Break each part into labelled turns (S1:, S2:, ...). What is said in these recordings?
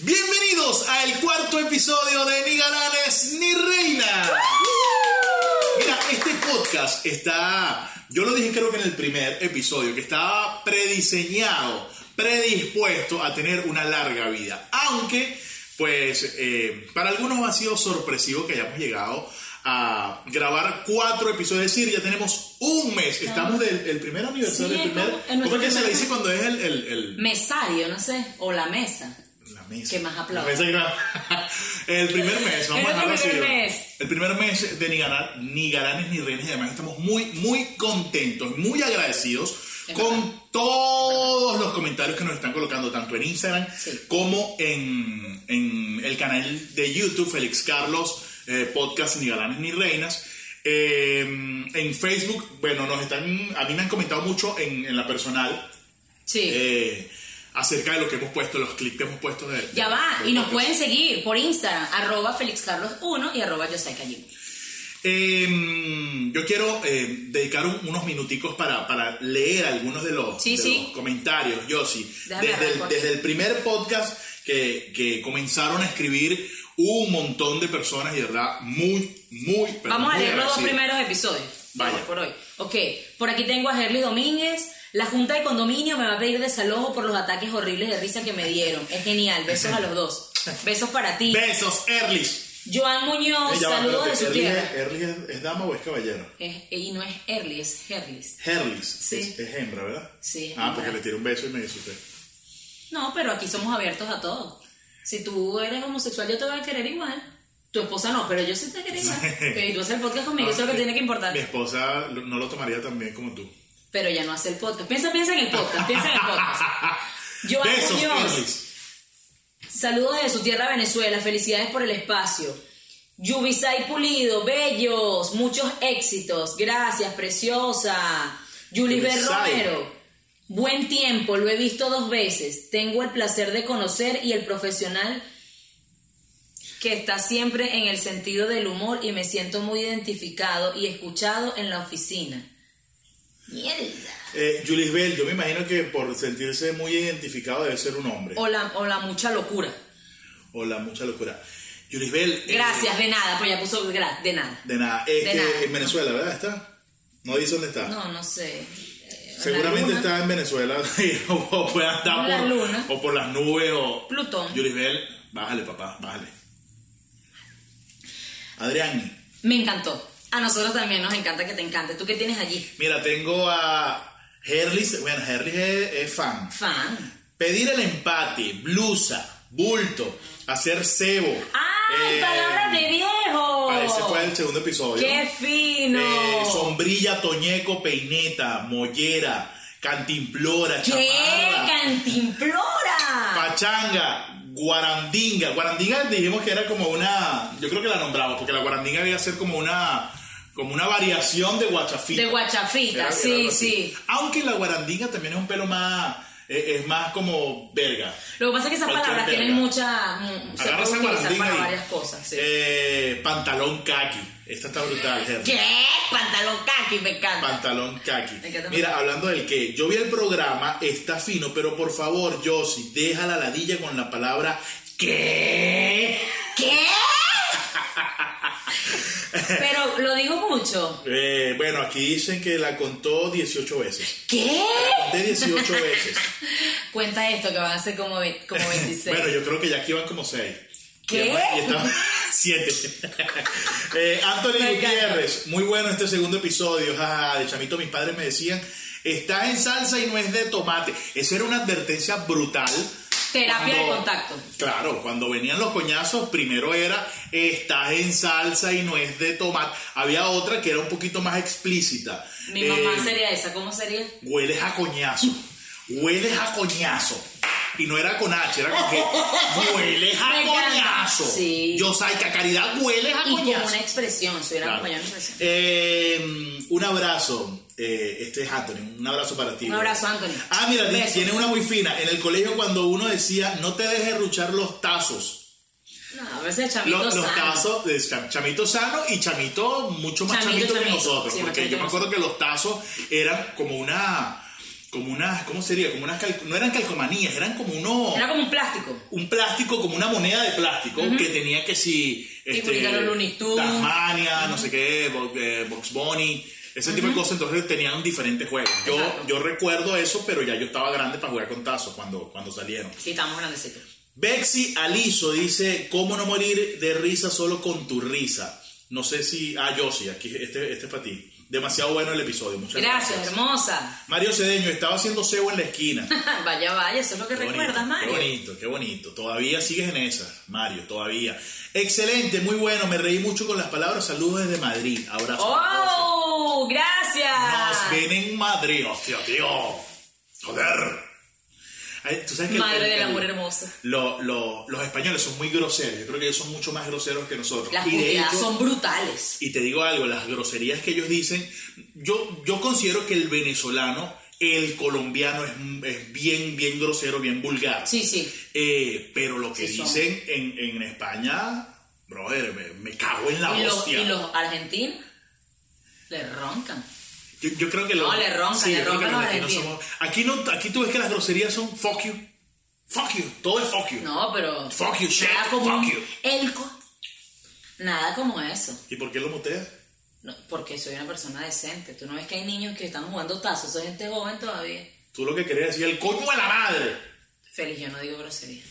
S1: Bienvenidos al cuarto episodio de Ni Galanes ni Reina. Mira, este podcast está, yo lo dije creo que en el primer episodio, que estaba prediseñado, predispuesto a tener una larga vida. Aunque, pues, eh, para algunos ha sido sorpresivo que hayamos llegado a grabar cuatro episodios. Es decir, ya tenemos un mes. Estamos del el primer aniversario,
S2: Ah.
S1: del
S2: Sí, es
S1: primer,
S2: como- en
S1: ¿cómo
S2: nuestro
S1: es que se le
S2: primer-
S1: dice cuando es el- el- el
S2: Mesario, no sé, o la mesa.
S1: La mesa.
S2: Que más aplaudan.
S1: La mesa que más- El primer mes, vamos
S2: El
S1: a dejarlo así.
S2: primer mes.
S1: El primer mes de ni, ganar, ni galanes ni reines. Y además estamos muy, muy contentos, muy agradecidos
S2: Es
S1: con
S2: verdad.
S1: todos los comentarios que nos están colocando, tanto en Instagram
S2: Sí.
S1: como en, en el canal de YouTube, Félix Carlos, eh, podcast Ni Galanes ni Reinas. Eh, en Facebook, bueno, nos están, a mí me han comentado mucho en, en la personal
S2: Sí.
S1: eh, acerca de lo que hemos puesto, los clips que hemos puesto de...
S2: ya
S1: de-
S2: va,
S1: de-
S2: y nos pueden seguir por Instagram, arroba FelixCarlos1 y arroba yo sé que allí.
S1: Eh, yo quiero eh, dedicar un- unos minuticos para, para leer algunos de los,
S2: Sí,
S1: de
S2: sí.
S1: los comentarios, Yossi.
S2: Déjame
S1: Desde el,
S2: arrancar.
S1: desde el primer podcast que, que comenzaron a escribir un montón de personas y de verdad muy, muy, pero
S2: Vamos a
S1: muy
S2: leer los dos
S1: agradecido.
S2: primeros episodios.
S1: Vaya.
S2: Vamos Por hoy. Ok, por aquí tengo a Herly Domínguez. La Junta de Condominio me va a pedir desalojo por los ataques horribles de risa que me dieron. Es genial. Besos a los dos. Besos para ti.
S1: Besos, Erlis.
S2: Joan Muñoz,
S1: Eh, ya va,
S2: saludos de
S1: espérate,
S2: su
S1: Erlis
S2: tierra.
S1: es- Erlis es, es dama o es caballero?
S2: Es- y no es Herly, es Herlis.
S1: Herlis.
S2: Sí.
S1: Es, es hembra, ¿verdad?
S2: Sí, es
S1: Ah, porque
S2: hembra.
S1: le tiré un beso y me dice usted.
S2: No, pero aquí somos abiertos a todo. Si tú eres homosexual, yo te voy a querer igual. Tu esposa no, pero yo sí te quiero igual. Ok, y tú haces el podcast conmigo, eso es lo que tiene que importar.
S1: Mi esposa lo- no lo tomaría tan bien como tú.
S2: Pero ya no hace el podcast. Piensa, piensa en el podcast, piensa en el podcast. Joan
S1: Besos,
S2: Muñoz.
S1: Erlis.
S2: Saludos desde su tierra Venezuela, felicidades por el espacio. Yubisay Pulido, bellos, muchos éxitos, gracias, preciosa. Yuliber
S1: Yubisay.
S2: Romero, buen tiempo, lo he visto dos veces, tengo el placer de conocer y el profesional que está siempre en el sentido del humor y me siento muy identificado y escuchado en la oficina. Mierda.
S1: Eh, Julius Bell, yo me imagino que por sentirse muy identificado debe ser un hombre.
S2: O la, o la mucha locura.
S1: Hola, mucha locura. Julius Bell. eh,
S2: Gracias, de nada, pues ya puso gra- de nada.
S1: de nada. Es
S2: De
S1: que
S2: nada.
S1: en Venezuela, ¿verdad? ¿Está? No dice dónde está.
S2: No, no sé. Eh,
S1: Seguramente
S2: la luna,
S1: está en Venezuela o, o puede andar
S2: La
S1: por,
S2: luna.
S1: o por las nubes o...
S2: Plutón.
S1: Julius Bell, bájale, papá, bájale. Adrián,
S2: Me encantó. A nosotros también nos encanta que te encante. ¿Tú qué tienes allí?
S1: mira, tengo a Herlis. Bueno, Herlis es- es fan.
S2: Fan.
S1: Pedir el empate, blusa, bulto, hacer cebo.
S2: ¡Ay,
S1: eh,
S2: palabras de viejo!
S1: Ah, ese fue el segundo episodio.
S2: ¡Qué fino!
S1: Eh, sombrilla, toñeco, peineta, mollera, cantimplora,
S2: ¡Qué
S1: chamarra,
S2: cantimplora!
S1: pachanga, guarandinga. Guarandinga dijimos que era como una. Yo creo que la nombramos, porque la guarandinga debía ser como una. Como una variación de guachafita.
S2: De guachafita,
S1: Era- era
S2: sí,
S1: algo así.
S2: sí.
S1: Aunque la guarandinga también es un pelo más. eh, Es, es más como verga.
S2: Lo que pasa es que esas
S1: Cualquier
S2: palabras
S1: verga.
S2: tienen mucha... mm, Se
S1: Agarra esa
S2: pueden utilizar
S1: guarandinga
S2: para
S1: ahí.
S2: varias cosas, sí.
S1: Eh, pantalón kaki. Esta está brutal, Henry.
S2: ¿Qué? Pantalón kaki, me encanta.
S1: Pantalón kaki.
S2: Me encanta.
S1: Mira, hablando del que, yo vi el programa, está fino, pero por favor, Josie, deja la ladilla con la palabra que.
S2: ¿Qué? Pero lo digo mucho.
S1: Eh, bueno, aquí dicen que la contó 18 veces.
S2: ¿Qué?
S1: De 18 veces.
S2: Cuenta esto que van a ser como, ve- como 26.
S1: Bueno, yo creo que ya aquí van como 6.
S2: ¿Qué?
S1: 7. Eh, Anthony
S2: Me encanta.
S1: Gutiérrez, muy bueno este segundo episodio. ja, ja, de chamito, mis padres me decían, está en salsa y no es de tomate. Esa era una advertencia brutal.
S2: Terapia de
S1: Cuando-
S2: contacto.
S1: Claro, cuando venían los coñazos, primero era estás en salsa y no es de tomate. Había otra que era un poquito más explícita.
S2: Mi mamá
S1: Eh,
S2: sería esa, ¿cómo sería?
S1: Hueles a coñazo. Hueles a coñazo. Y no era con H, era con G. Hueles a
S2: Me encanta.
S1: coñazo.
S2: Sí.
S1: Yo sé que a caridad hueles a
S2: Y Ah, como
S1: coñazo.
S2: una expresión, si hubiera
S1: Claro.
S2: acompañado una expresión.
S1: Eh, un abrazo. eh, este es Anthony. Un abrazo para ti.
S2: Un abrazo, Anthony.
S1: Ah, mira, di-
S2: Beso.
S1: tiene una muy fina. En el colegio cuando uno decía, no te dejes ruchar los tazos.
S2: No, a veces chamito
S1: Lo- Los,
S2: sano.
S1: tazos de cha- chamito sano y chamito mucho más
S2: Chamito,
S1: chamito, que
S2: chamito.
S1: nosotros.
S2: Sí,
S1: porque
S2: bastante
S1: yo me acuerdo que los tazos eran como una. Como una. ¿Cómo sería? Como unas cal- no eran calcomanías, eran como unos.
S2: Era como un plástico.
S1: un plástico, como una moneda de plástico, que tenía que si. este,
S2: Figurita Looney Tunes.
S1: Tasmania, no sé qué, Bo- eh, Box Bunny, ese tipo de cosas. Entonces tenían diferentes juegos. Yo,
S2: Exacto.
S1: yo recuerdo eso, pero ya yo estaba grande para jugar con tazos cuando, cuando salieron.
S2: Sí, estábamos grandecitos.
S1: Bexy Aliso dice, ¿cómo no morir de risa solo con tu risa? No sé si... Ah, yo sí, aquí, este, este es para ti. Demasiado bueno el episodio, muchas gracias.
S2: Gracias, hermosa.
S1: Mario Cedeño, estaba haciendo cebo en la esquina.
S2: vaya, vaya, eso es lo que
S1: Qué bonito,
S2: recuerdas, Mario.
S1: Qué bonito, qué bonito. Todavía sigues en esa, Mario, todavía. Excelente, muy bueno, me reí mucho con las palabras. Saludos desde Madrid, abrazo.
S2: ¡Oh!
S1: Nos
S2: ¡Gracias!
S1: ven en Madrid, hostia, tío. Joder. Ay, ¿tú sabes que el-
S2: Madre del
S1: el-
S2: amor hermoso.
S1: lo- lo- los españoles son muy groseros. Yo creo que ellos son mucho más groseros que nosotros.
S2: Las
S1: y, de
S2: puteadas
S1: hecho-
S2: son brutales.
S1: y te digo algo, las groserías que ellos dicen, yo, yo considero que el venezolano, el colombiano es, es bien, bien grosero, bien vulgar.
S2: Sí, sí.
S1: Eh, pero lo que
S2: Sí, son.
S1: dicen en, en España, brother, me, me cago en la
S2: Y los,
S1: hostia.
S2: y los argentinos le roncan.
S1: Yo, yo creo que
S2: No,
S1: los.
S2: le roncan,
S1: sí,
S2: le
S1: yo creo que
S2: roncan
S1: los
S2: los
S1: latinos
S2: argentinos.
S1: somos- Aquí, no, aquí tú ves que las groserías son fuck you. Fuck you. Todo es fuck you.
S2: No, pero.
S1: Fuck you, shit,
S2: Nada como.
S1: fuck you.
S2: El co- Nada como eso.
S1: ¿Y por qué lo muteas?
S2: No, porque soy una persona decente. Tú no ves que hay niños que están jugando tazos. Soy gente joven todavía.
S1: Tú lo que querías decir, el coño a la madre.
S2: Feliz, yo no digo grosería.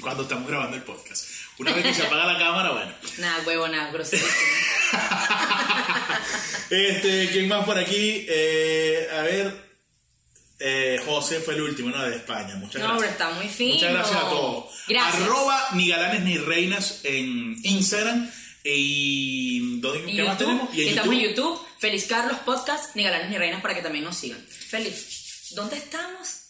S1: Cuando estamos grabando el podcast. Una vez que se apaga la cámara, bueno.
S2: Nada, huevo, nada, grosería.
S1: Este, ¿quién más por aquí? Eh, a ver. eh, José fue el último, ¿no? De España. Muchas
S2: No, pero
S1: gracias.
S2: está muy fino.
S1: Muchas gracias a todos.
S2: Gracias.
S1: Arroba ni galanes ni reinas en Instagram. Y. ¿dónde,
S2: Y
S1: ¿Qué más
S2: YouTube,
S1: tenemos? Y en
S2: estamos
S1: YouTube.
S2: en YouTube. Feliz Carlos Podcast, ni galanes ni reinas para que también nos sigan. Feliz, ¿dónde estamos?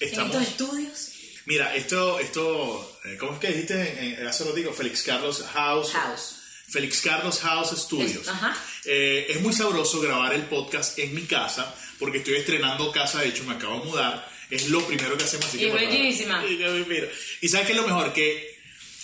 S1: Estamos-
S2: En estos estudios.
S1: Mira, esto, esto, eh, ¿cómo es que dijiste? En- en- hace lo digo, Félix Carlos House.
S2: House.
S1: Félix Carlos House Studios.
S2: Es- ajá.
S1: Eh, es muy sabroso grabar el podcast en mi casa, porque estoy estrenando casa, de hecho me acabo de mudar. Es lo primero que hacemos. así
S2: Y
S1: que bueno,
S2: bellísima.
S1: y- y- mira. Y sabes que lo mejor que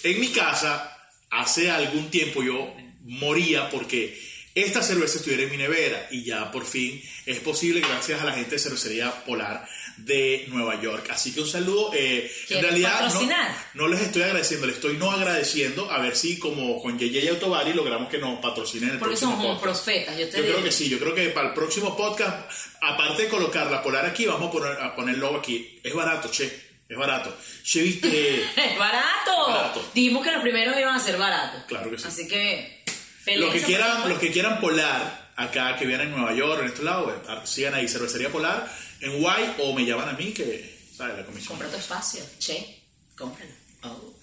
S1: en mi casa, hace algún tiempo yo moría porque esta cerveza estuviera en mi nevera y ya por fin es posible gracias a la gente de Cervecería Polar de Nueva York. Así que un saludo. eh, en
S2: ¿Quieres
S1: realidad no,
S2: patrocinar?
S1: no les estoy agradeciendo, les estoy no agradeciendo a ver si como con Yeye y Autobari logramos que nos patrocinen el
S2: Porque
S1: próximo
S2: somos como
S1: podcast.
S2: profetas, yo te
S1: Yo
S2: digo.
S1: creo que sí, yo creo que para el próximo podcast, aparte de colocar la polar aquí, vamos a poner, a poner el logo aquí. Es barato, che, es barato. Che, viste...
S2: ¡Es barato!
S1: Barato.
S2: Dijimos que los primeros iban a ser baratos.
S1: Claro que sí.
S2: Así que, feliz.
S1: los que quieran los que quieran polar acá que vienen en Nueva York en estos lados eh, sigan ahí cervecería polar en Guay o me llaman a mí que sabes la comisión
S2: Compra tu espacio, che, cómpralo. Oh.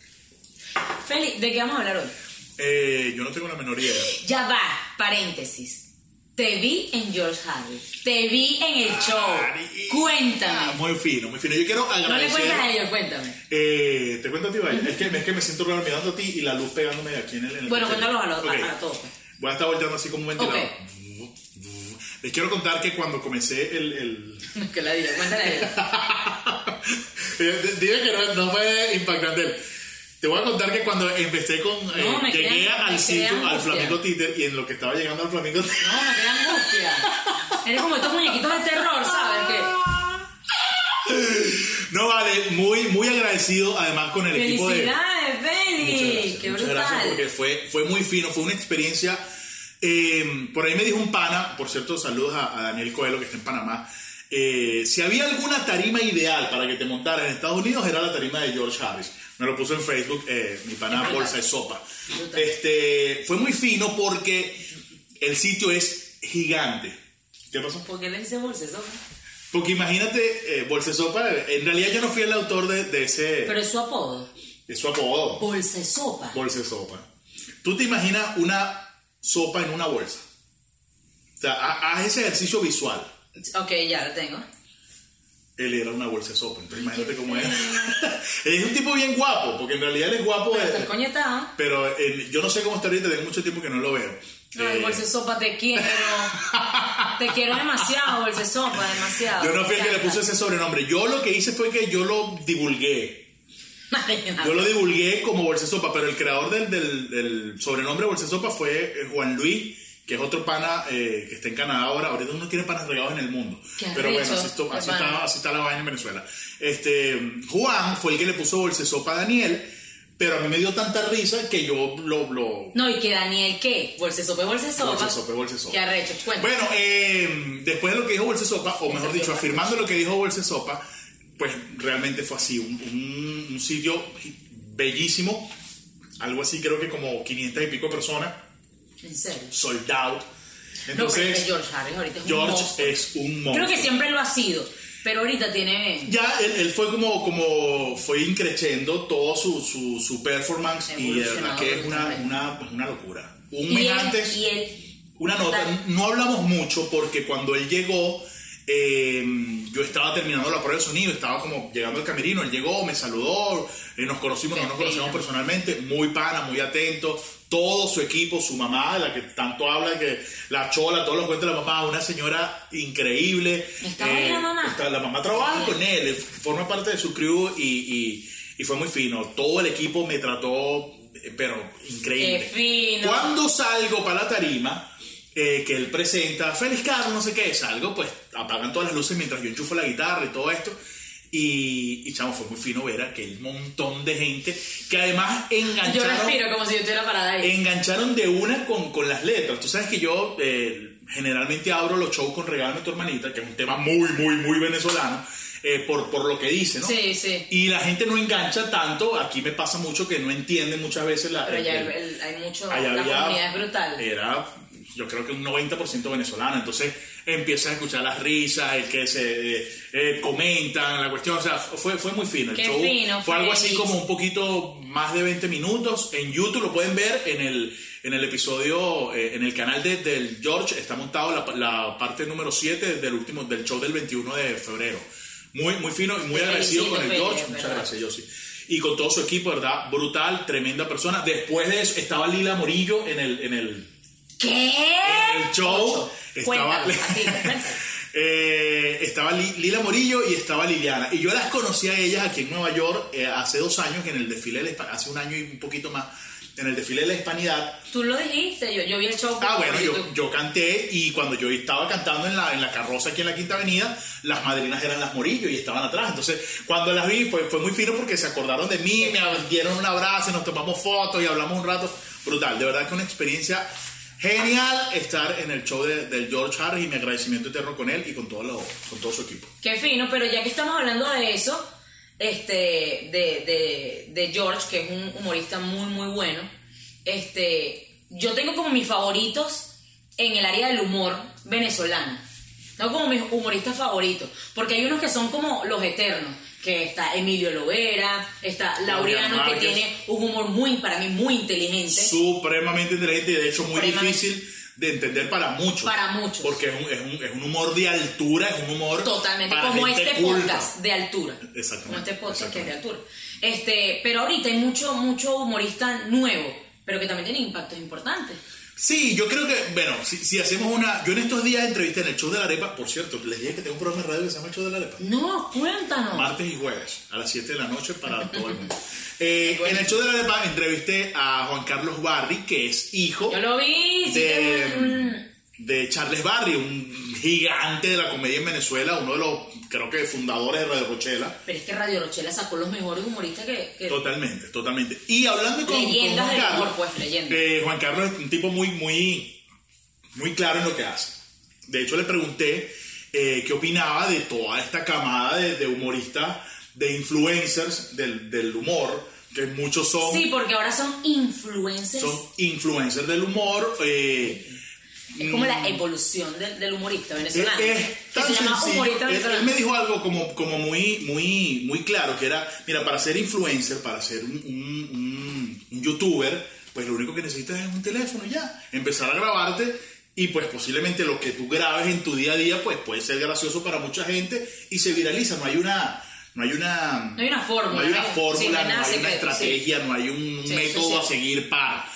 S2: Feliz, ¿de qué vamos a hablar hoy?
S1: Eh, yo no tengo la menor idea
S2: Ya va, paréntesis. Te vi en George Harris. Te vi en el show.
S1: Ari- Ah,
S2: Cuéntame.
S1: muy fino muy fino yo quiero
S2: No le
S1: agradecer
S2: cuentas a ellos, cuéntame.
S1: eh, te cuento a ti Vaya? es que es que me siento raro mirando a ti y la luz pegándome aquí en el, en el
S2: Bueno,
S1: cachete.
S2: cuéntanos a, los- a-
S1: Ok.
S2: a todos. pues.
S1: Voy a estar volteando así como un ventilador.
S2: Ok.
S1: Les quiero contar que cuando comencé el. el...
S2: que la diga, cuéntale a ellos.
S1: Eh, Dije que no, no fue impactante. Te voy a contar que cuando empecé con. eh,
S2: No, me
S1: llegué
S2: queda-
S1: al
S2: me
S1: sitio,
S2: queda
S1: al
S2: angustia.
S1: Flamingo Tinder, y en lo que estaba llegando al Flamingo Tinder.
S2: No, no te da angustia. Eres como estos muñequitos de terror, ¿sabes? Que
S1: No vale, muy, muy agradecido además con el equipo de.
S2: ¡Felicidades,
S1: Muchas
S2: Feli!
S1: gracias,
S2: ¡Qué
S1: muchas gracias porque
S2: brutal!
S1: fue, fue muy fino, fue una experiencia. eh, por ahí me dijo un pana, por cierto, saludos a, a Daniel Coelho que está en Panamá. eh, si había alguna tarima ideal para que te montaras en Estados Unidos, era la tarima de George Harris. Me lo puso en Facebook, eh, mi pana
S2: Brutal.
S1: Bolsa de Sopa.
S2: Brutal.
S1: Este, fue muy fino porque el sitio es gigante. ¿Qué pasó?
S2: ¿Por qué le dice bolsesón?
S1: Porque imagínate, eh, Bolsa de Sopa, en realidad yo no fui el autor de, de ese,
S2: Pero es su apodo.
S1: de su apodo.
S2: Bolsa de sopa.
S1: bolsa de sopa. ¿Tú te imaginas una sopa en una bolsa? O sea, ha- haz ese ejercicio visual.
S2: Ok, ya lo tengo.
S1: Él era una bolsa de sopa, entonces imagínate cómo es. es un tipo bien guapo, porque en realidad él es guapo. eh,
S2: Pero estás coñetado.
S1: Pero, eh, yo no sé cómo está ahorita, tengo mucho tiempo que no lo veo.
S2: Ay,
S1: Eh,
S2: bolsa de sopa, te quiero. te quiero demasiado, bolsa de sopa, demasiado.
S1: yo no fui el que le
S2: Encanta.
S1: puse ese sobrenombre. Yo lo que hice fue que yo lo divulgué. Yo lo divulgué como Bolsa de Sopa, pero el creador del, del, del sobrenombre Bolsa de Sopa fue eh, Juan Luis, que es otro pana eh, que está en Canadá ahora. Ahorita uno tiene panas regados en el mundo.
S2: Qué
S1: Pero bueno,
S2: arrecho,
S1: así, esto-
S2: qué
S1: así
S2: pana.
S1: está, así está la vaina en Venezuela. Este, Juan fue el que le puso Bolsa de Sopa a Daniel, pero a mí me dio tanta risa que yo lo... lo
S2: No, y que Daniel, ¿qué? Bolsa de sopa, bolsa de sopa.
S1: Bolsa de Sopa, Bolsa de Sopa.
S2: Qué arrecho, cuenta.
S1: Bueno, eh, después de lo que dijo Bolsa de Sopa, o mejor dicho, afirmando lo que dijo Bolsa de Sopa, pues realmente fue así, un, un- un sitio bellísimo, algo así creo que como 500 y pico personas,
S2: en serio.
S1: sold out.
S2: No, pero es que
S1: Entonces,
S2: George Harris ahorita es un
S1: George
S2: monstruo.
S1: es un monstruo.
S2: Creo que siempre lo ha sido, pero ahorita tiene...
S1: Ya él, él fue como, como fue increciendo todo su, su, su performance y de verdad que es una, una, pues, una locura. Un
S2: y
S1: mes
S2: él-
S1: antes...
S2: y él-
S1: Una nota,
S2: Total.
S1: no hablamos mucho porque cuando él llegó, eh, yo estaba terminando la prueba de sonido, estaba como llegando al camerino, él llegó, me saludó, eh, nos conocimos,
S2: Qué
S1: no nos conocíamos
S2: fino.
S1: personalmente, muy pana, muy atento, todo su equipo, su mamá, de la que tanto habla, que la chola, todos los cuentos de la mamá, una señora increíble. Eh,
S2: ¿Está ahí la mamá?
S1: está- la mamá trabaja
S2: Sí.
S1: con él, él forma parte de su crew y, y- y fue muy fino, todo el equipo me trató, eh, pero increíble.
S2: Qué fino.
S1: Cuando salgo para la tarima, eh, que él presenta, Feliz Carlos, no sé qué, salgo, pues apagan todas las luces mientras yo enchufo la guitarra y todo esto. Y, y chamo, fue muy fino ver aquel montón de gente que además
S2: yo
S1: engancharon,
S2: respiro como si yo estuviera parada ahí.
S1: engancharon de una con, con las letras. Tú sabes que yo eh, generalmente abro los shows con Regálame tu hermanita, que es un tema muy, muy, muy venezolano, eh, por, por lo que dice, ¿no?
S2: Sí, sí.
S1: Y la gente no engancha tanto, aquí me pasa mucho que no entienden muchas veces la...
S2: Pero ya
S1: el-
S2: el- el- hay mucho...
S1: Allá
S2: la
S1: había-
S2: comunidad es brutal.
S1: Era, yo creo que un 90% venezolano. Entonces empiezas a escuchar las risas, el que se eh, eh, comentan, la cuestión. O sea, fue, fue muy fino. El
S2: Qué
S1: show
S2: fino,
S1: fue algo así
S2: Félix.
S1: como un poquito más de 20 minutos. En YouTube lo pueden ver en el, en el episodio, eh, en el canal de- del George. Está montado la, la parte número 7 del último, del show del 21 de febrero. Muy, muy fino y muy
S2: Te
S1: agradecido
S2: felicito,
S1: con el
S2: Félix,
S1: George.
S2: de
S1: Muchas
S2: verdad.
S1: gracias. Sí, yo sí. Y con todo su equipo, ¿verdad? Brutal, tremenda persona. Después de eso, estaba Lila Morillo en el, en el,
S2: ¿Qué?
S1: en el show.
S2: Ocho.
S1: Estaba,
S2: Cuéntanos, a ti,
S1: Eh, estaba Li- Lila Morillo y estaba Liliana. Y yo las conocí a ellas aquí en Nueva York eh, hace dos años, en el desfile de la Hispa- hace un año y un poquito más, en el desfile de la hispanidad.
S2: Tú lo dijiste, yo, yo vi el show.
S1: Ah,
S2: por
S1: bueno, yo,
S2: YouTube.
S1: yo canté y cuando yo estaba cantando en la, en la carroza aquí en la Quinta Avenida, las madrinas eran las Morillo y estaban atrás. Entonces, cuando las vi, fue, fue muy fino porque se acordaron de mí, me dieron un abrazo, nos tomamos fotos y hablamos un rato. Brutal, de verdad que una experiencia genial estar en el show de- del George Harris y mi agradecimiento eterno con él y con todo, lo- con todo su equipo.
S2: Qué fino, pero ya que estamos hablando de eso, este, de, de, de George, que es un humorista muy, muy bueno, este, yo tengo como mis favoritos en el área del humor venezolano. Tengo como mis humoristas favoritos, porque hay unos que son como los eternos, que está Emilio Lovera, está
S1: Laureano
S2: Laureano, que
S1: Márquez.
S2: tiene un humor muy, para mí, muy inteligente.
S1: Supremamente inteligente y de hecho muy
S2: Supremamente.
S1: difícil de entender para muchos.
S2: Para muchos.
S1: Porque es un, es un- es un humor de altura, es un humor.
S2: Totalmente,
S1: para
S2: como
S1: gente
S2: este
S1: culta.
S2: podcast de altura.
S1: Exactamente,
S2: Como este podcast que es
S1: exactamente.
S2: de altura. Este, pero ahorita hay mucho, mucho humorista nuevo, pero que también tiene impactos importantes.
S1: Sí, yo creo que, bueno, si, si hacemos una. Yo en estos días entrevisté en el show de la arepa, por cierto, les dije que tengo un programa de radio que se llama el show de la arepa.
S2: No, cuéntanos.
S1: Martes y jueves, a las 7 de la noche para todo el mundo. Eh, en el show de la arepa entrevisté a Juan Carlos Barry, que es hijo
S2: Yo lo vi, sí que- mm,
S1: de, de Charles Barry, un gigante de la comedia en Venezuela, uno de los, creo que, fundadores de Radio Rochela.
S2: Pero es que Radio Rochela sacó los mejores humoristas que. que-
S1: Totalmente, totalmente. Y hablando con, con
S2: Leyendas
S1: Juan
S2: del
S1: Carlos,
S2: humor, pues, leyendas.
S1: eh, Juan Carlos es un tipo muy, muy, muy claro en lo que hace. De hecho, le pregunté eh, qué opinaba de toda esta camada de, de humoristas, de influencers del, del humor, que muchos son,
S2: Sí, porque ahora son influencers.
S1: son influencers del humor. eh,
S2: es como la evolución del, del humorista venezolano.
S1: Es,
S2: que
S1: es tan
S2: se llama
S1: sencillo.
S2: humorista
S1: Él, él
S2: venezolano.
S1: me dijo algo como, como muy, muy, muy claro, que era, mira, para ser influencer, para ser un, un- un- un youtuber, pues lo único que necesitas es un teléfono y ya. Empezar a grabarte y pues posiblemente lo que tú grabes en tu día a día, pues puede ser gracioso para mucha gente y se viraliza. No hay una... No hay una,
S2: No hay una fórmula,
S1: no hay una,
S2: ¿no? ¿eh? Sí,
S1: fórmula,
S2: de nada
S1: no hay una
S2: secreto, sí.
S1: estrategia, no hay un, un
S2: Sí,
S1: método
S2: sí, sí.
S1: a seguir para.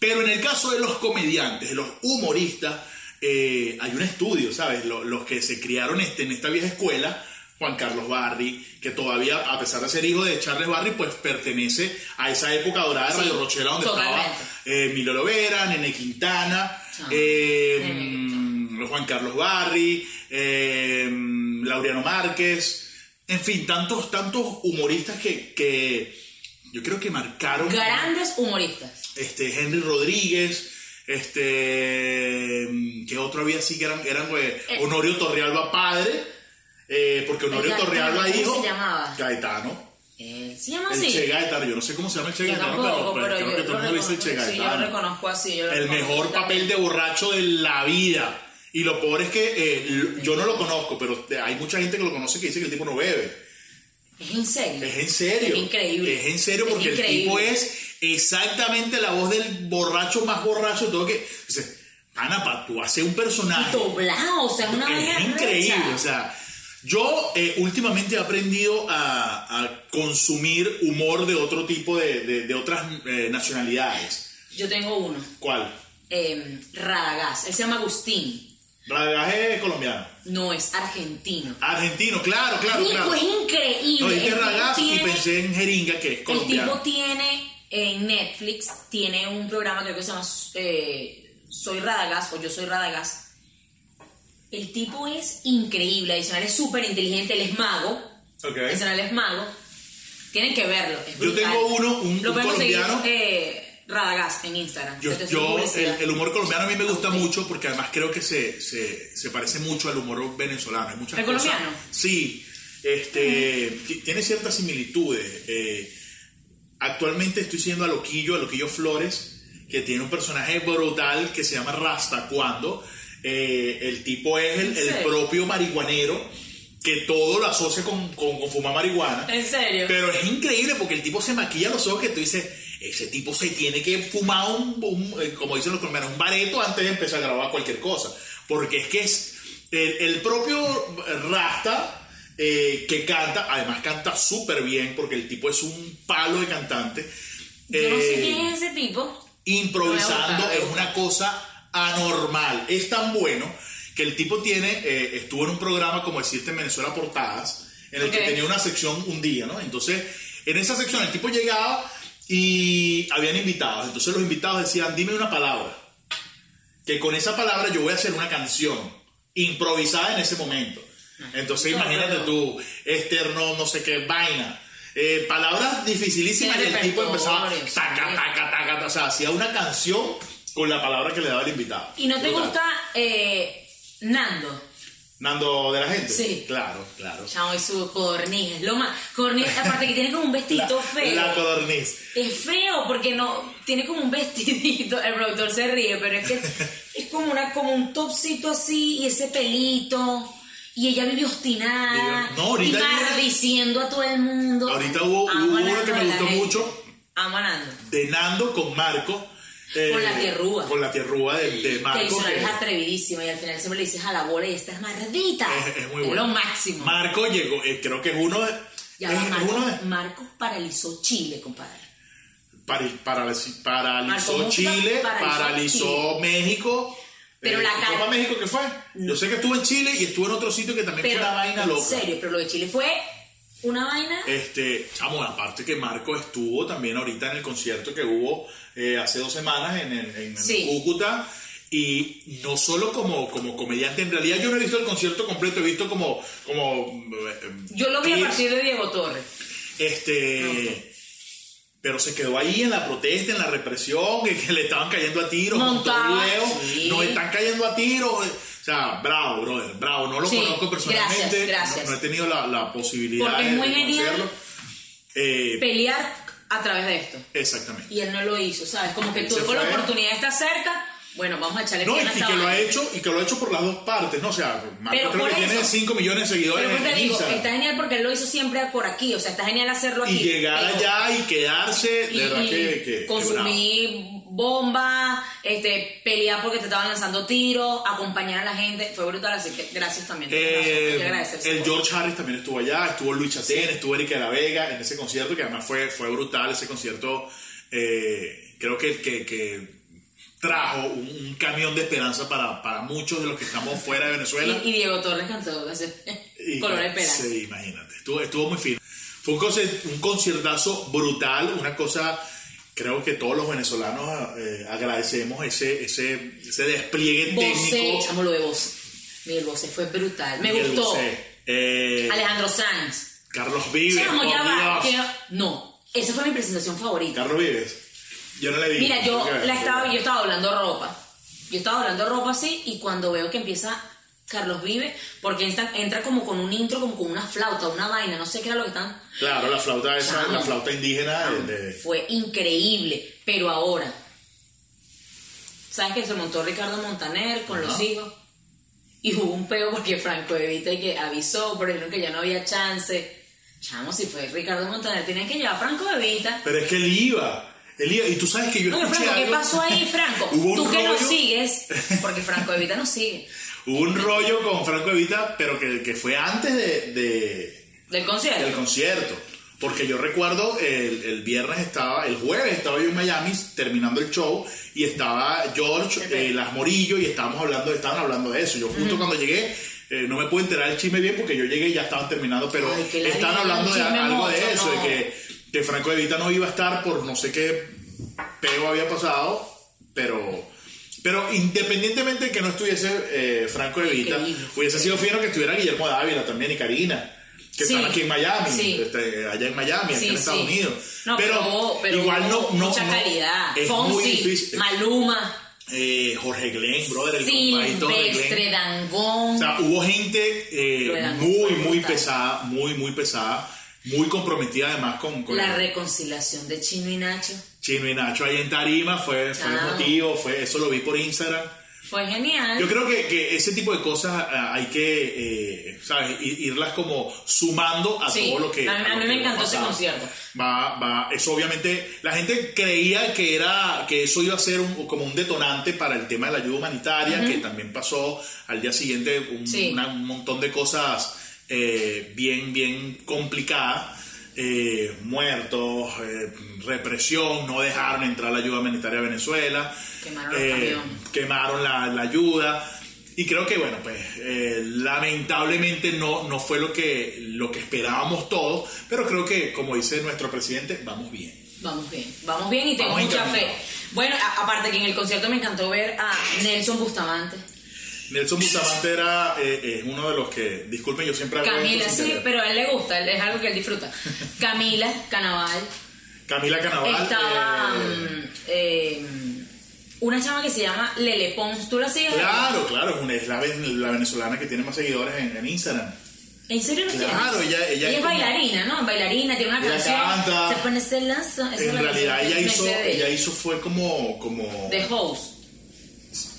S1: Pero en el caso de los comediantes, de los humoristas, eh, hay un estudio, ¿sabes? Lo- Los, que se criaron este, en esta vieja escuela Juan Carlos Barry, que todavía, a pesar de ser hijo de Charles Barry, pues pertenece a esa época dorada de
S2: Sí,
S1: Radio Rochela, donde
S2: totalmente.
S1: estaba eh, Milo Lovera, Nene Quintana,
S2: Ah,
S1: eh,
S2: Nene
S1: Juan Carlos Barry, eh, Laureano Márquez, en fin, tantos, tantos humoristas que, que yo creo que marcaron
S2: Grandes humoristas.
S1: este, Henry Rodríguez, este, que otro había así que eran, eran güey,
S2: Eh.
S1: Honorio Torrealba padre, eh, porque Honorio
S2: Gaetano,
S1: Torrealba
S2: ¿cómo
S1: hijo.
S2: se llamaba?
S1: Gaetano.
S2: Eh, ¿Se llama
S1: El
S2: así?
S1: Che Gaetano, yo no sé cómo se llama el Che
S2: Yo
S1: Gaetano,
S2: tampoco,
S1: pero, pues, creo que todo
S2: yo
S1: el
S2: lo
S1: mundo le dice el Che
S2: reconozco- Sí, yo lo
S1: Gaetano.
S2: reconozco así. yo lo
S1: El
S2: reconozco
S1: mejor
S2: así
S1: papel de borracho de la vida. Y lo peor es que eh, l- yo no lo conozco, pero hay mucha gente que lo conoce que dice que el tipo no bebe.
S2: también. Es en serio.
S1: Es en serio.
S2: Es increíble.
S1: Es en serio
S2: Es
S1: porque el
S2: increíble.
S1: tipo es exactamente la voz del borracho más borracho de todo que. Dice, Ana, pa, tú haces un personaje.
S2: Doblado, o sea, una vaina
S1: es increíble.
S2: recha.
S1: O sea, yo eh, últimamente he aprendido a, a consumir humor de otro tipo de, de- de otras eh, nacionalidades.
S2: Yo tengo uno.
S1: ¿Cuál?
S2: Eh, Radagás. Él se llama Agustín.
S1: Radagaje colombiano.
S2: No es argentino.
S1: Argentino, claro, claro,
S2: Nico,
S1: claro.
S2: es increíble.
S1: No,
S2: El
S1: dije
S2: tipo
S1: Radagaz y
S2: tiene-
S1: pensé en jeringa, que es
S2: El tipo
S1: colombiano.
S2: tiene en Netflix, tiene un programa creo que se llama eh, Soy Radagast o Yo Soy Radagast. El tipo es increíble, adicional es súper inteligente, él es mago.
S1: Ok.
S2: Adicional es mago. Tienen que verlo. es
S1: Yo
S2: brutal.
S1: tengo uno, un-
S2: Lo
S1: un
S2: podemos seguir,
S1: colombiano.
S2: eh, Radagast en Instagram.
S1: Yo,
S2: te estoy
S1: yo el,
S2: publicidad.
S1: el humor colombiano a mí me gusta mucho porque además creo que se, se, se parece mucho al humor venezolano. Hay muchas
S2: ¿El
S1: cosas-
S2: colombiano?
S1: Sí, este, ti- tiene ciertas similitudes. Eh, actualmente estoy siguiendo a Loquillo, a Loquillo Flores, que tiene un personaje brutal que se llama Rasta Cuando. Eh, el tipo es el,
S2: ¿En
S1: el
S2: serio?
S1: propio marihuanero que todo lo asocia con, con, con fumar marihuana.
S2: En serio.
S1: Pero es increíble porque el tipo se maquilla los ojos que tú dices, ese tipo se tiene que fumar un, un- eh, como dicen los colombianos, un bareto antes de empezar a grabar cualquier cosa. Porque es que es el, el propio Rasta eh, que canta, además canta súper bien porque el tipo es un palo de cantante.
S2: yo no sé
S1: Eh,
S2: quién es ese tipo.
S1: improvisando
S2: Me gusta.
S1: es una cosa anormal. Es tan bueno que el tipo tiene, eh, estuvo en un programa, como decirte, en Venezuela Portadas, en el
S2: Ok.
S1: que tenía una sección un día, ¿no? Entonces, en esa sección el tipo llegaba y habían invitados. Entonces los invitados decían, dime una palabra, que con esa palabra yo voy a hacer una canción improvisada en ese momento. Entonces,
S2: No,
S1: imagínate
S2: pero-
S1: tú, esterno, no sé qué, vaina. Eh, palabras dificilísimas y el tipo empezaba
S2: Repertorios.
S1: taca, taca, taca, taca, o sea, hacía una canción con la palabra que le daba el invitado.
S2: ¿Y no te
S1: Brutal.
S2: gusta eh, Nando?
S1: Nando de la gente.
S2: Sí.
S1: Claro, claro.
S2: Chamo, y su codorniz, es lo más. Codorniz, aparte que tiene como un vestidito feo.
S1: La codorniz.
S2: Es feo porque no. Tiene como un vestidito. El productor se ríe, pero es que es como, una, como un topsito así y ese pelito. Y ella vive obstinada.
S1: Vive- no, ahorita
S2: y
S1: vive-
S2: maldiciendo a todo el mundo.
S1: Ahorita hubo- hubo
S2: Amo
S1: uno
S2: a Nando
S1: que me
S2: de la
S1: gustó
S2: gente.
S1: mucho.
S2: Amo a Nando.
S1: De Nando con Marco. eh,
S2: Con la tierrúa.
S1: Con la tierrúa de, de
S2: Que
S1: Marco.
S2: adicional
S1: que-
S2: es atrevidísima y al final siempre le dices a la bola y esta es mardita.
S1: Es, es muy bueno.
S2: lo máximo.
S1: Marco llegó, eh, creo que es uno de.
S2: ya
S1: es-
S2: va,
S1: es
S2: Marcos,
S1: uno de-
S2: Marcos paralizó Chile, compadre.
S1: pari- paraliz- paralizó
S2: Marco Musta
S1: Chile,
S2: paralizó
S1: paralizó
S2: Chile.
S1: México.
S2: Pero la
S1: ¿Copa
S2: cara-
S1: México qué fue? Yo sé que estuvo en Chile y estuvo en otro sitio que también
S2: Pero,
S1: fue una vaina
S2: en
S1: loca.
S2: serio, pero lo de Chile fue una vaina.
S1: Este, chamo, aparte que Marco estuvo también ahorita en el concierto que hubo eh, hace dos semanas en, en- en
S2: Sí.
S1: Cúcuta. Y no solo como, como comediante, en realidad yo no he visto el concierto completo, he visto como. como eh,
S2: Yo lo vi a
S1: clips.
S2: partir de Diego Torres.
S1: Este. Pero se quedó ahí en la protesta, en la represión, en que le estaban cayendo a tiros, montó
S2: Montaba,
S1: videos,
S2: sí.
S1: nos están cayendo a tiros. O sea, bravo, brother, bravo. No lo
S2: Sí,
S1: conozco personalmente.
S2: gracias, gracias.
S1: No, no he tenido la, la posibilidad
S2: Porque es
S1: de,
S2: muy
S1: de
S2: genial.
S1: conocerlo. Eh,
S2: Pelear a través de esto.
S1: exactuvamente.
S2: Y él no lo hizo, ¿sabes? Como que
S1: Él
S2: tuvo
S1: se
S2: la
S1: fue.
S2: oportunidad está cerca. Bueno, vamos a echarle
S1: No, y,
S2: pierna a
S1: y
S2: esta
S1: que lo ha
S2: vaina.
S1: hecho, y que lo ha hecho por las dos partes, ¿no? O sea, Marco
S2: Pero
S1: creo
S2: por
S1: que tiene
S2: eso.
S1: 5 millones de seguidores
S2: Pero pues
S1: en
S2: te digo,
S1: Instagram.
S2: está genial porque él lo hizo siempre por aquí. O sea, está genial hacerlo
S1: y
S2: aquí.
S1: llegar
S2: Pero-
S1: allá y quedarse, de
S2: y,
S1: verdad
S2: y
S1: que, que- que bravo.
S2: consumir bombas, este, pelear porque te estaban lanzando tiros, acompañar a la gente, fue brutal, así que gracias también. tienes razón, hay que
S1: Eh,
S2: agradecerse
S1: el
S2: por-
S1: George Harris también estuvo allá, estuvo Luis Chatén, estuvo Erika de la Vega en ese concierto, que además fue, fue brutal ese concierto. eh, creo que, que- que trajo un, un camión de esperanza para, para muchos de los que estamos fuera de Venezuela.
S2: y, y Diego Torres cantó. gracias.
S1: Y, y-
S2: Color de esperanza.
S1: Sí, imagínate. Estuvo, estuvo muy fino. Fue un, conci- un conciertazo brutal, una cosa. Creo que todos los venezolanos eh, agradecemos ese, ese, ese despliegue
S2: Bosé,
S1: técnico.
S2: chamo lo de Bosé. Miguel Bosé fue brutal. Me
S1: Miguel
S2: gustó.
S1: Bosé. Eh,
S2: Alejandro Sanz.
S1: Carlos Vives.
S2: Chamo,
S1: por
S2: ya va.
S1: Dios.
S2: que- No, esa fue mi presentación favorita.
S1: Carlos Vives. Yo no le vi.
S2: Mira, yo
S1: Creo que-
S2: la estaba, yo estaba doblando ropa. Yo estaba doblando ropa así y cuando veo que empieza Carlos Vive, porque entra, entra como con un intro, como con una flauta, una vaina, no sé qué era lo que están.
S1: Claro, la flauta esa,
S2: Chamo.
S1: la flauta indígena. el de-
S2: Fue increíble, pero ahora. ¿Sabes que se montó Ricardo Montaner con los
S1: Ajá.
S2: hijos? Y hubo un peo porque Franco Evita que avisó, pero dijeron que ya no había chance. Chamo, si fue Ricardo Montaner, tienen que llevar a Franco Evita.
S1: Pero es que él iba. Él iba. Y tú sabes que yo
S2: No, pero
S1: escuché
S2: Franco, ¿qué
S1: algo-
S2: pasó ahí, Franco?
S1: Hubo un
S2: Tú que nos
S1: rollo.
S2: sigues, porque Franco Evita nos sigue.
S1: Hubo un rollo con Franco Evita, pero que, que fue antes de, de-
S2: Del concierto.
S1: del concierto. Porque yo recuerdo el, el viernes estaba, el jueves estaba yo en Miami terminando el show y estaba George,
S2: Pepe.
S1: eh, Las Morillo y estábamos hablando, estaban hablando de eso. Yo justo cuando llegué, eh, no me pude enterar el chisme bien porque yo llegué y ya estaban terminando, pero
S2: Ay, qué
S1: estaban
S2: ladilla,
S1: hablando de
S2: un chisme
S1: algo de
S2: mocho,
S1: eso,
S2: no.
S1: de que, que Franco Evita no iba a estar por no sé qué pero había pasado, pero, pero independientemente de que no estuviese eh, Franco Evita,
S2: Increíble.
S1: hubiese sido fino que estuviera Guillermo Dávila también y Karina, que
S2: Sí.
S1: están aquí en Miami,
S2: Sí.
S1: este, allá en Miami, aquí
S2: Sí,
S1: en Estados
S2: sí.
S1: Unidos.
S2: No, pero, pero
S1: igual no,
S2: hubo
S1: no-
S2: mucha
S1: no-
S2: calidad.
S1: Es muy
S2: Fonsi,
S1: difícil.
S2: Maluma,
S1: Eh, Jorge Glenn, brother, el compadito de Glenn.
S2: Silvestre, Dangón.
S1: O sea, hubo gente eh,
S2: Lo de la
S1: muy,
S2: Copa
S1: muy
S2: Brutal.
S1: pesada, muy, muy pesada, muy comprometida además con, con
S2: la
S1: el-
S2: reconciliación de Chino y Nacho
S1: Chino y Nacho ahí en Tarima, fue, fue
S2: Chao.
S1: emotivo, fue, eso lo vi por Instagram.
S2: fue genial.
S1: Yo creo que, que ese tipo de cosas ah, hay que, eh, ¿sabes? I- irlas como sumando a
S2: Sí,
S1: todo lo que...
S2: a mí-
S1: lo
S2: a mí
S1: que
S2: me
S1: va
S2: encantó ese
S1: pasando.
S2: concierto.
S1: Va, va, eso obviamente, la gente creía que era, que eso iba a ser un- como un detonante para el tema de la ayuda humanitaria, que también pasó al día siguiente un,
S2: Sí.
S1: una- un montón de cosas eh, bien, bien complicadas. eh, muertos, eh, represión, no dejaron entrar la ayuda humanitaria a Venezuela
S2: Quemaron los camiones.
S1: Eh, quemaron la, la ayuda. Y creo que, bueno, pues eh, lamentablemente no, no fue lo que, lo que esperábamos todos, pero creo que, como dice nuestro presidente, vamos bien.
S2: Vamos bien, vamos bien y tengo
S1: Vamos
S2: mucha fe.
S1: encaminados.
S2: Bueno, a- aparte que en el concierto me encantó ver a Nelson Bustamante,
S1: Nelson Bustamante era eh, eh, uno de los que, disculpen, yo siempre hago
S2: Camila,
S1: esto sin
S2: sí,
S1: querer.
S2: pero a él le gusta, es algo que él disfruta. Camila, Canaval,
S1: Camila Canaval.
S2: estaba
S1: eh,
S2: mm, eh, una chama que se llama Lele Pons, ¿tú la sigues?
S1: claro, claro, es, una- es la, ven- la venezolana que tiene más seguidores en, en Instagram.
S2: ¿En serio no tiene?
S1: Claro, ella- ella es
S2: es
S1: como-
S2: bailarina, ¿no? Bailarina, tiene una
S1: Ella
S2: canción.
S1: canta.
S2: Se pone celosa. esa es
S1: En
S2: la
S1: realidad
S2: canción
S1: ella
S2: que me
S1: hizo,
S2: sé de
S1: ella hizo fue como, como
S2: de host.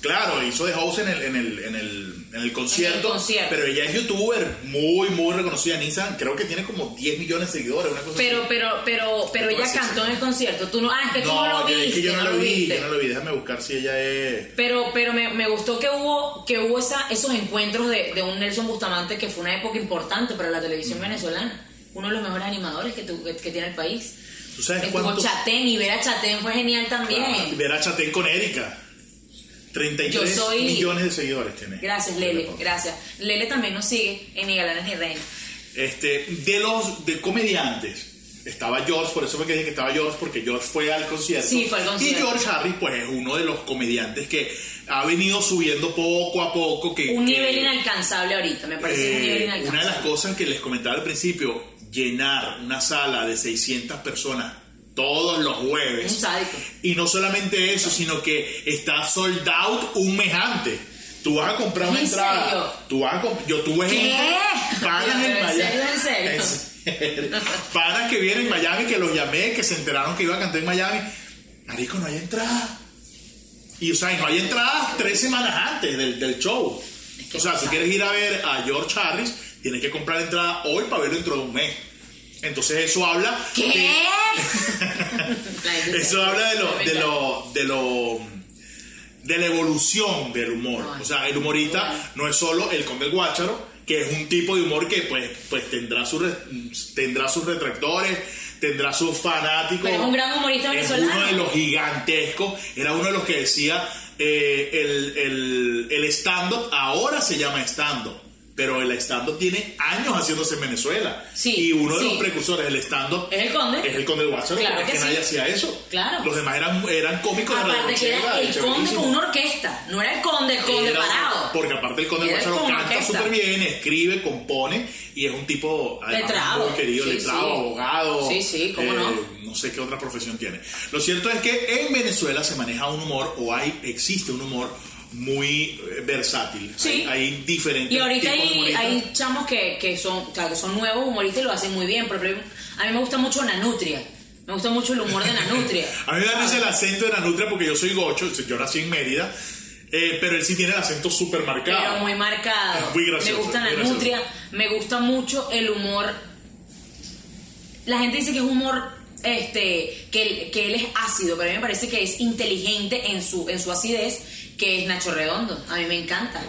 S1: Claro, hizo The House en el, en el, en el, en el concierto.
S2: En el concierto.
S1: Pero ella es youtuber muy, muy reconocida en Instagram. Creo que tiene como 10 millones de seguidores, una cosa
S2: Pero,
S1: así.
S2: pero, pero, pero
S1: ¿Qué
S2: ella
S1: pasa?
S2: cantó en el concierto. Tú no, ah, es que tú no lo
S1: yo-
S2: viste.
S1: es que yo no,
S2: lo
S1: lo vi,
S2: viste.
S1: yo no lo vi. Déjame buscar si ella es.
S2: Pero, pero me, me gustó que hubo, que hubo esa, esos encuentros de, de un Nelson Bustamante que fue una época importante para la televisión
S1: Mm.
S2: venezolana. Uno de los mejores animadores que, tu- que, que tiene el país.
S1: ¿Tú sabes
S2: Estuvo
S1: cuánto?
S2: Chatén y ver a Chatén fue genial también.
S1: Ah, Ver a Chatén con Erika. 33
S2: Yo soy-
S1: millones de seguidores tiene.
S2: Gracias, Lele. Gracias. Lele también nos sigue en Ni Galanes ni Reina.
S1: Este, de los de comediantes. Estaba George, por eso fue que dije que estaba George, porque George fue al concierto.
S2: Sí, fue al concierto.
S1: Y George Harris, pues, es uno de los comediantes que ha venido subiendo poco a poco. Que,
S2: Un
S1: que-
S2: nivel inalcanzable ahorita, me parece un
S1: Eh,
S2: nivel
S1: una de las
S2: inalcanzable.
S1: cosas que les comentaba al principio, llenar una sala de 600 personas todos los
S2: Un
S1: jueves.
S2: sádico.
S1: Y no solamente eso, sino que está sold out un mes antes. Tú vas a comprar una
S2: ¿En
S1: entrada.
S2: serio?
S1: Tú vas a comp- Yo tuve
S2: ¿Qué?
S1: gente. Panas en
S2: Pero en
S1: Miami.
S2: serio, en serio.
S1: serio. Panas que vienen en Miami, que los llamé, que se enteraron que iba a cantar en Miami. Marico, no hay entrada. Y o sea, y no hay entradas tres semanas antes del, del show.
S2: Es que
S1: o sea, si
S2: pasa.
S1: quieres ir a ver a George Harris, tienes que comprar entrada hoy para verlo dentro de un mes. Entonces eso habla
S2: ¿Qué?
S1: de- eso habla de lo, de lo, de lo, de la evolución del humor. O sea, el humorista no es solo el conde del guácharo, que es un tipo de humor que pues, pues tendrá sus re- tendrá sus retractores, tendrá sus fanáticos.
S2: Pero es un gran humorista
S1: Es
S2: venezolano.
S1: uno de los gigantescos. Era uno de los que decía eh, el, el, el stand-up ahora se llama stand-up. pero el stand-up tiene años haciéndose en Venezuela.
S2: Sí,
S1: y uno de
S2: sí.
S1: los precursores del stand-up
S2: ¿Es el Conde?
S1: Es el conde del Guasón,
S2: Claro
S1: porque es
S2: que
S1: que
S2: sí.
S1: nadie hacía eso.
S2: Claro.
S1: Los demás eran, eran cómicos de
S2: Aparte que
S1: radionochera,
S2: era el
S1: chéverísimo.
S2: conde con una orquesta, no era el conde, el conde
S1: Era-
S2: parado.
S1: Porque aparte el Conde
S2: Era
S1: Guacharo
S2: como una
S1: canta
S2: orquesta.
S1: súper bien, escribe, compone y es un tipo además,
S2: Letrado.
S1: muy querido,
S2: Sí,
S1: letrado,
S2: sí.
S1: abogado. eh,
S2: Sí, sí, cómo no.
S1: No sé qué otra profesión tiene. Lo cierto es que en Venezuela se maneja un humor o hay existe un humor muy eh, versátil.
S2: Sí.
S1: Hay, hay diferentes
S2: Y ahorita
S1: tipos de
S2: hay,
S1: humoristas.
S2: hay chamos que, que son, o sea, que son nuevos humoristas y lo hacen muy bien. Por ejemplo, a mí me gusta mucho Nanutria. Me gusta mucho el humor de Nanutria.
S1: A mí me da risa el acento de Nanutria porque yo soy gocho, yo nací en Mérida, eh, pero él sí tiene el acento súper marcado.
S2: Pero muy marcado.
S1: Muy gracioso,
S2: Me gusta
S1: muy
S2: Nanutria. Me gusta mucho el humor. La gente dice que es humor. Este, que, él- que él es ácido, pero a mí me parece que es inteligente en su, en su acidez, que es Nacho Redondo. A mí me encanta.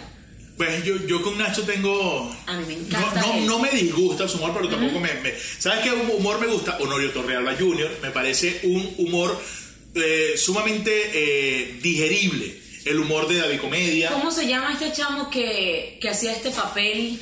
S1: Pues yo, yo con Nacho tengo.
S2: A mí me
S1: No,
S2: encanta
S1: no,
S2: él.
S1: no me disgusta su humor, pero tampoco me, me- ¿Sabes qué humor me gusta? Honorio Torrealba Jr. me parece un humor eh, sumamente eh, digerible. El humor de David Comedia.
S2: ¿Cómo se llama este chamo que, que hacía este papel?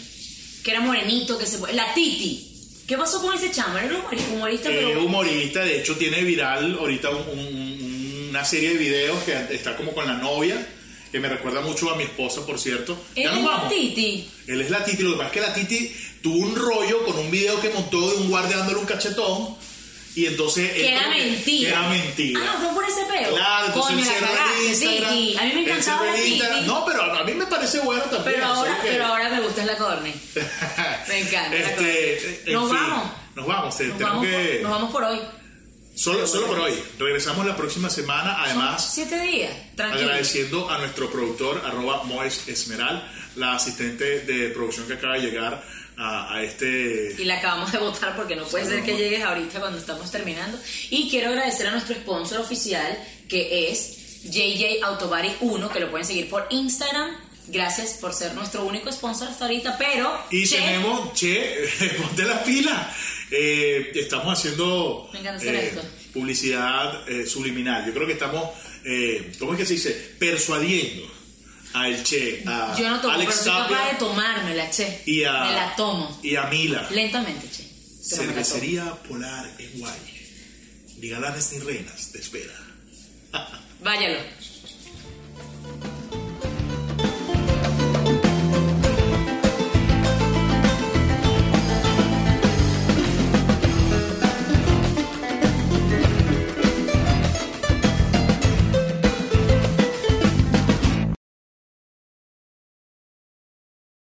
S2: Que era morenito, que se... La Titi. ¿Qué pasó con ese chamo? Era un humor- humorista,
S1: Eh,
S2: este, pero...
S1: humorista, de hecho tiene viral ahorita un- un- una serie de videos que está como con la novia, que me recuerda mucho a mi esposa, por cierto.
S2: Él
S1: Ya
S2: es
S1: nos
S2: la
S1: vamos.
S2: Titi.
S1: Él es la Titi, lo que pasa es que la Titi tuvo un rollo con un video que montó de un guardia dándole un cachetón y entonces... él
S2: Que era
S1: como que-
S2: mentira.
S1: que era mentira.
S2: Ah, fue por ese peo.
S1: Claro, entonces
S2: Coño,
S1: él
S2: la
S1: cierra el
S2: cagaste,
S1: Instagram,
S2: Titi. A mí me
S1: él
S2: encantaba
S1: cierra
S2: la
S1: el
S2: Titi.
S1: Instagram. No, pero a a mí me parece bueno también.
S2: pero,
S1: o sea
S2: ahora,
S1: que-
S2: pero ahora me gusta la corne. Me encanta.
S1: Este, en
S2: Nos
S1: fin,
S2: vamos.
S1: Nos vamos. te-
S2: Nos
S1: tenemos
S2: vamos,
S1: que-
S2: por, nos vamos por hoy.
S1: Solo, solo por hoy. Regresamos la próxima semana.
S2: Son
S1: Además,
S2: siete días. Tranquilo.
S1: agradeciendo a nuestro productor, arroba Moes Esmeral, la asistente de producción que acaba de llegar a, a este
S2: Y la acabamos de votar porque no puede ser que llegues ahorita cuando estamos terminando. Y quiero agradecer a nuestro sponsor oficial que es JJ Autobody 1, que lo pueden seguir por Instagram. Gracias por ser nuestro único sponsor hasta ahorita, pero
S1: Y
S2: che,
S1: tenemos, che, ponte las pilas. Eh, estamos haciendo
S2: Me encanta hacer
S1: eh,
S2: esto.
S1: publicidad eh, subliminal. Yo creo que estamos, eh, ¿cómo es que se dice? Persuadiendo al che, a
S2: yo no tomo, pero
S1: Alex
S2: soy capaz de
S1: Tapia
S2: tomármela, che.
S1: y a,
S2: Me la tomo.
S1: y a Mila.
S2: Lentamente, che. Pero me la tomo.
S1: Cervecería Polar en Guay. Ni galanes ni reinas, te espera.
S2: Váyalo.